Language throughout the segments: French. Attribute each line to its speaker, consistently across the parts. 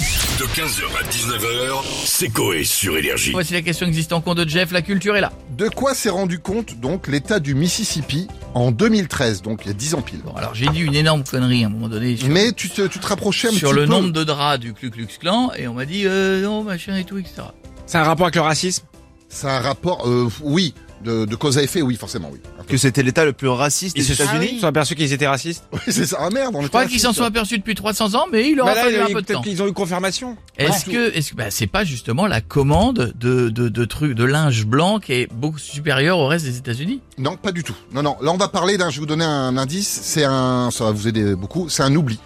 Speaker 1: De 15h à 19h, c'est Coé sur Énergie.
Speaker 2: Voici la question existante en compte de Jeff, la culture est là.
Speaker 3: De quoi s'est rendu compte donc l'État du Mississippi en 2013, donc il y a 10 ans pile. hein.
Speaker 2: Bon, alors j'ai dit une énorme connerie à un moment donné sur,
Speaker 3: Mais tu te, tu te rapprochais un
Speaker 2: sur
Speaker 3: petit
Speaker 2: le
Speaker 3: peu.
Speaker 2: nombre de draps du Ku Klux Klan et on m'a dit euh, non machin et tout etc.
Speaker 4: C'est un rapport avec le racisme
Speaker 3: C'est un rapport, euh, oui, de, de cause à effet, oui, forcément, oui. Un peu.
Speaker 5: que c'était l'État le plus raciste
Speaker 4: Ils se
Speaker 5: des
Speaker 4: sont,
Speaker 5: États-Unis.
Speaker 4: ils se sont aperçus qu'ils étaient racistes
Speaker 3: Oui, c'est ça. Ah merde, on
Speaker 2: Je crois qu'ils s'en sont aperçus depuis 300 ans mais il leur a
Speaker 4: Bah là,
Speaker 2: fallu
Speaker 4: ils-
Speaker 2: un peu de
Speaker 4: peut-être
Speaker 2: temps.
Speaker 4: qu'ils ont eu confirmation.
Speaker 2: Est-ce que est-ce que bah, c'est pas justement la commande de de de trucs de linge blanc qui est beaucoup supérieure au reste des États-Unis
Speaker 3: Non, pas du tout. Non, non. Là, on va parler d'un. Je vais vous donner un indice. C'est un. Ça va vous aider beaucoup. C'est un oubli.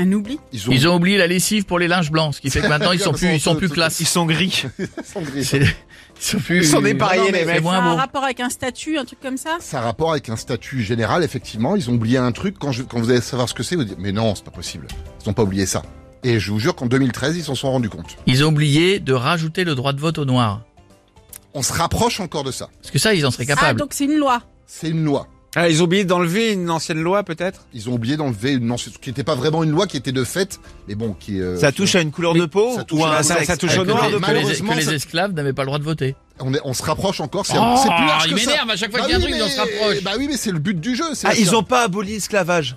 Speaker 6: Un oubli
Speaker 2: Ils ont oublié la lessive pour les linges blancs ce qui fait que maintenant ils sont plus ils sont plus classe.
Speaker 5: Ils sont gris.
Speaker 3: Sans gris.
Speaker 2: C'est- Ils sont plus
Speaker 4: Ils sont dépareillés,
Speaker 2: Non, mais
Speaker 4: les mecs.
Speaker 2: C'est
Speaker 6: Ça a un
Speaker 2: moins beau.
Speaker 6: rapport avec un statut, un truc comme ça
Speaker 3: Ça a rapport avec un statut général, effectivement. Ils ont oublié un truc. Quand, je, quand vous allez savoir ce que c'est, vous dites Mais non, c'est pas possible. Ils n'ont pas oublié ça. Et je vous jure qu'en 2013, ils s'en sont rendus compte.
Speaker 2: Ils ont oublié de rajouter le droit de vote aux noirs.
Speaker 3: On se rapproche encore de ça.
Speaker 2: Parce que ça ils en seraient
Speaker 6: Ah,
Speaker 2: capables.
Speaker 6: donc c'est une loi.
Speaker 3: C'est une loi.
Speaker 4: Ah, ils ont oublié d'enlever une ancienne loi, peut-être
Speaker 3: Ils ont oublié d'enlever une. Non, c'est- ce qui n'était pas vraiment une loi qui était de fait, mais bon, qui. euh,
Speaker 5: Ça touche à une couleur de peau
Speaker 3: ça touche
Speaker 5: ou
Speaker 3: à
Speaker 5: à
Speaker 3: la-
Speaker 5: un
Speaker 4: ça-
Speaker 5: sexe
Speaker 4: ça touche
Speaker 2: Ah, Que
Speaker 4: au
Speaker 2: les-
Speaker 4: noir,
Speaker 2: que les-
Speaker 3: donc, malheureusement,
Speaker 2: que les
Speaker 3: ça-
Speaker 2: esclaves n'avaient pas le droit de voter.
Speaker 3: on, est, on se rapproche encore. C'est
Speaker 2: Oh,
Speaker 3: c'est plus large
Speaker 2: il
Speaker 3: que ça.
Speaker 2: m'énerve à chaque fois qu'il y a
Speaker 3: Bah
Speaker 2: un
Speaker 3: oui,
Speaker 2: truc, on
Speaker 3: mais-
Speaker 2: se rapproche.
Speaker 3: Bah oui, mais c'est le but du jeu.
Speaker 5: Ah, ils
Speaker 3: ont.
Speaker 5: ont pas aboli l'esclavage.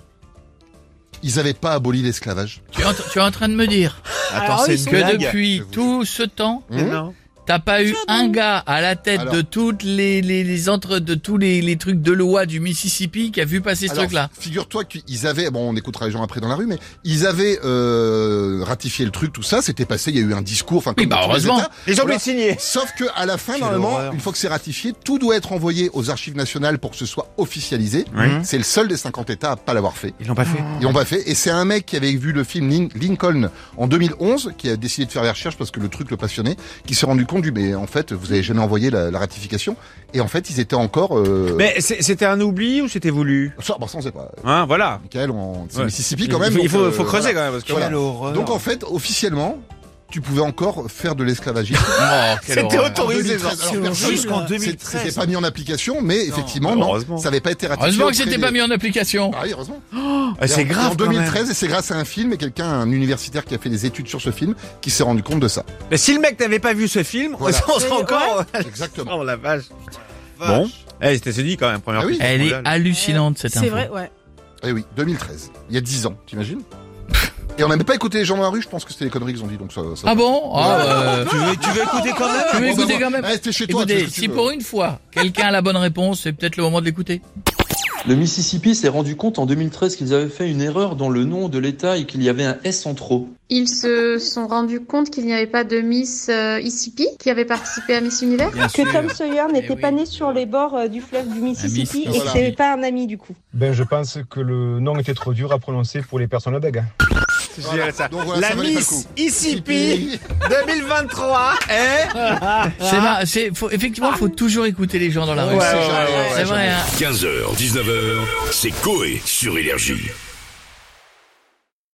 Speaker 3: Ils n'avaient pas aboli l'esclavage.
Speaker 2: Tu es, en, tu es en train de me dire
Speaker 7: Ah
Speaker 5: Attends,
Speaker 6: eux,
Speaker 5: c'est
Speaker 6: ils
Speaker 5: une
Speaker 6: sont
Speaker 2: que
Speaker 5: blague.
Speaker 2: depuis
Speaker 3: Je vous-
Speaker 2: tout ce temps,
Speaker 3: Hmm
Speaker 4: Non.
Speaker 2: t'as pas eu
Speaker 6: Ah
Speaker 2: un gars à la tête
Speaker 3: Alors.
Speaker 2: de toutes les, les, les entre de tous les, les trucs de loi du Mississippi qui a vu passer ce
Speaker 3: Alors,
Speaker 2: truc-là.
Speaker 3: Figure-toi qu'ils avaient, bon, on écoutera les gens après dans la rue, mais ils avaient euh, ratifié le truc, tout ça, c'était passé, il y a eu un discours, enfin,
Speaker 2: Oui,
Speaker 3: comme
Speaker 2: bah,
Speaker 3: dans tous les
Speaker 2: heureusement.
Speaker 3: États.
Speaker 4: Ils ont oublié
Speaker 3: Voilà.
Speaker 4: de signer.
Speaker 3: Sauf que à la fin,
Speaker 5: Quelle
Speaker 3: normalement,
Speaker 5: horreur.
Speaker 3: une fois que c'est ratifié, tout doit être envoyé aux archives nationales pour que ce soit officialisé. C'est le seul des 50 États à pas l'avoir fait.
Speaker 5: Ils l'ont pas fait.
Speaker 3: Ils l'ont pas fait. Et c'est un mec qui avait vu le film Lin- Lincoln en 2011, qui a décidé de faire les recherches parce que le truc le passionnait, qui s'est rendu compte du, mais en fait, vous avez jamais envoyé la, la ratification. Et en fait, ils étaient encore. Euh...
Speaker 4: Mais c'est- c'était un oubli ou c'était voulu
Speaker 3: Ça, bon, ça, on sait pas.
Speaker 4: Hein, voilà.
Speaker 3: Michael, on... c'est
Speaker 4: Ouais.
Speaker 3: Mississippi quand même.
Speaker 4: Il faut,
Speaker 3: donc,
Speaker 4: il faut,
Speaker 3: euh,
Speaker 4: faut
Speaker 3: voilà.
Speaker 4: creuser quand même. Parce que
Speaker 3: Voilà.
Speaker 5: Quelle horreur.
Speaker 3: Donc en fait, officiellement, tu pouvais encore faire de l'esclavagisme.
Speaker 2: Oh, quelle horreur.
Speaker 5: autorisé.
Speaker 3: 2013, alors,
Speaker 5: C'est
Speaker 3: personne-
Speaker 5: Jusqu'en
Speaker 3: C'est- C'était
Speaker 5: 2013.
Speaker 3: pas mis en application, mais effectivement, non,
Speaker 4: heureusement.
Speaker 3: ça n'avait pas été ratifié.
Speaker 2: Heureusement que
Speaker 3: auprès
Speaker 2: c'était
Speaker 3: des-
Speaker 2: pas mis en application.
Speaker 3: Ah oui, heureusement.
Speaker 5: Ah,
Speaker 3: Et en-
Speaker 5: C'est grave.
Speaker 3: En
Speaker 5: quand même.
Speaker 3: 2013, et c'est grâce à un film et quelqu'un, un universitaire qui a fait des études sur ce film, qui s'est rendu compte de ça.
Speaker 4: Mais si le mec n'avait pas vu ce film,
Speaker 3: Voilà.
Speaker 4: on serait encore.
Speaker 3: Exactement.
Speaker 4: Oh la vache. Bon. Eh, c'était dit quand même, première
Speaker 3: Ah oui.
Speaker 4: prise
Speaker 2: Elle est
Speaker 4: mondiale.
Speaker 2: hallucinante cette info.
Speaker 6: C'est vrai, ouais.
Speaker 3: Eh oui, 2013. Il y a 10 ans, t'imagines Et on n'a même pas écouté les gens dans la rue, je pense que c'était les conneries qu'ils ont dit, donc ça. ça-
Speaker 2: Ah bon Ah, euh,
Speaker 5: Tu veux, tu veux écouter quand même
Speaker 2: Ah, Tu veux
Speaker 3: Bon, bah,
Speaker 2: écouter
Speaker 3: bon.
Speaker 2: quand même
Speaker 3: Eh, C'était chez toi, tu
Speaker 2: Écoutez,
Speaker 3: fais ce que tu
Speaker 2: si
Speaker 3: veux.
Speaker 2: pour une fois quelqu'un a la bonne réponse, c'est peut-être le moment de l'écouter.
Speaker 8: Le Mississippi s'est rendu compte en 2013 qu'ils avaient fait une erreur dans le nom de l'État et qu'il y avait un S en trop.
Speaker 9: Ils se sont rendus compte qu'il n'y avait pas de Miss euh, Mississippi qui avait participé à Miss Univers.
Speaker 5: Bien
Speaker 10: que
Speaker 5: sûr.
Speaker 10: Tom Sawyer n'était
Speaker 2: oui.
Speaker 10: pas né sur les bords euh, du fleuve du Mississippi et que
Speaker 3: Mississippi.
Speaker 10: c'était pas un ami du coup.
Speaker 7: Ben, je pense que le nom était trop dur à prononcer pour les personnes bègues.
Speaker 4: Je dirais ça.
Speaker 3: Donc voilà,
Speaker 4: La
Speaker 3: ça valait pas le
Speaker 4: Miss
Speaker 3: coup.
Speaker 4: Mississippi 2023 est.
Speaker 6: Ah.
Speaker 2: C'est mar- c'est- faut- effectivement, faut toujours écouter les gens dans la rue. hein.
Speaker 3: Ouais, ouais, ouais, ouais,
Speaker 2: C'est
Speaker 3: ouais,
Speaker 2: vrai. hein.
Speaker 1: 15h, 19h, c'est Coé sur Énergie.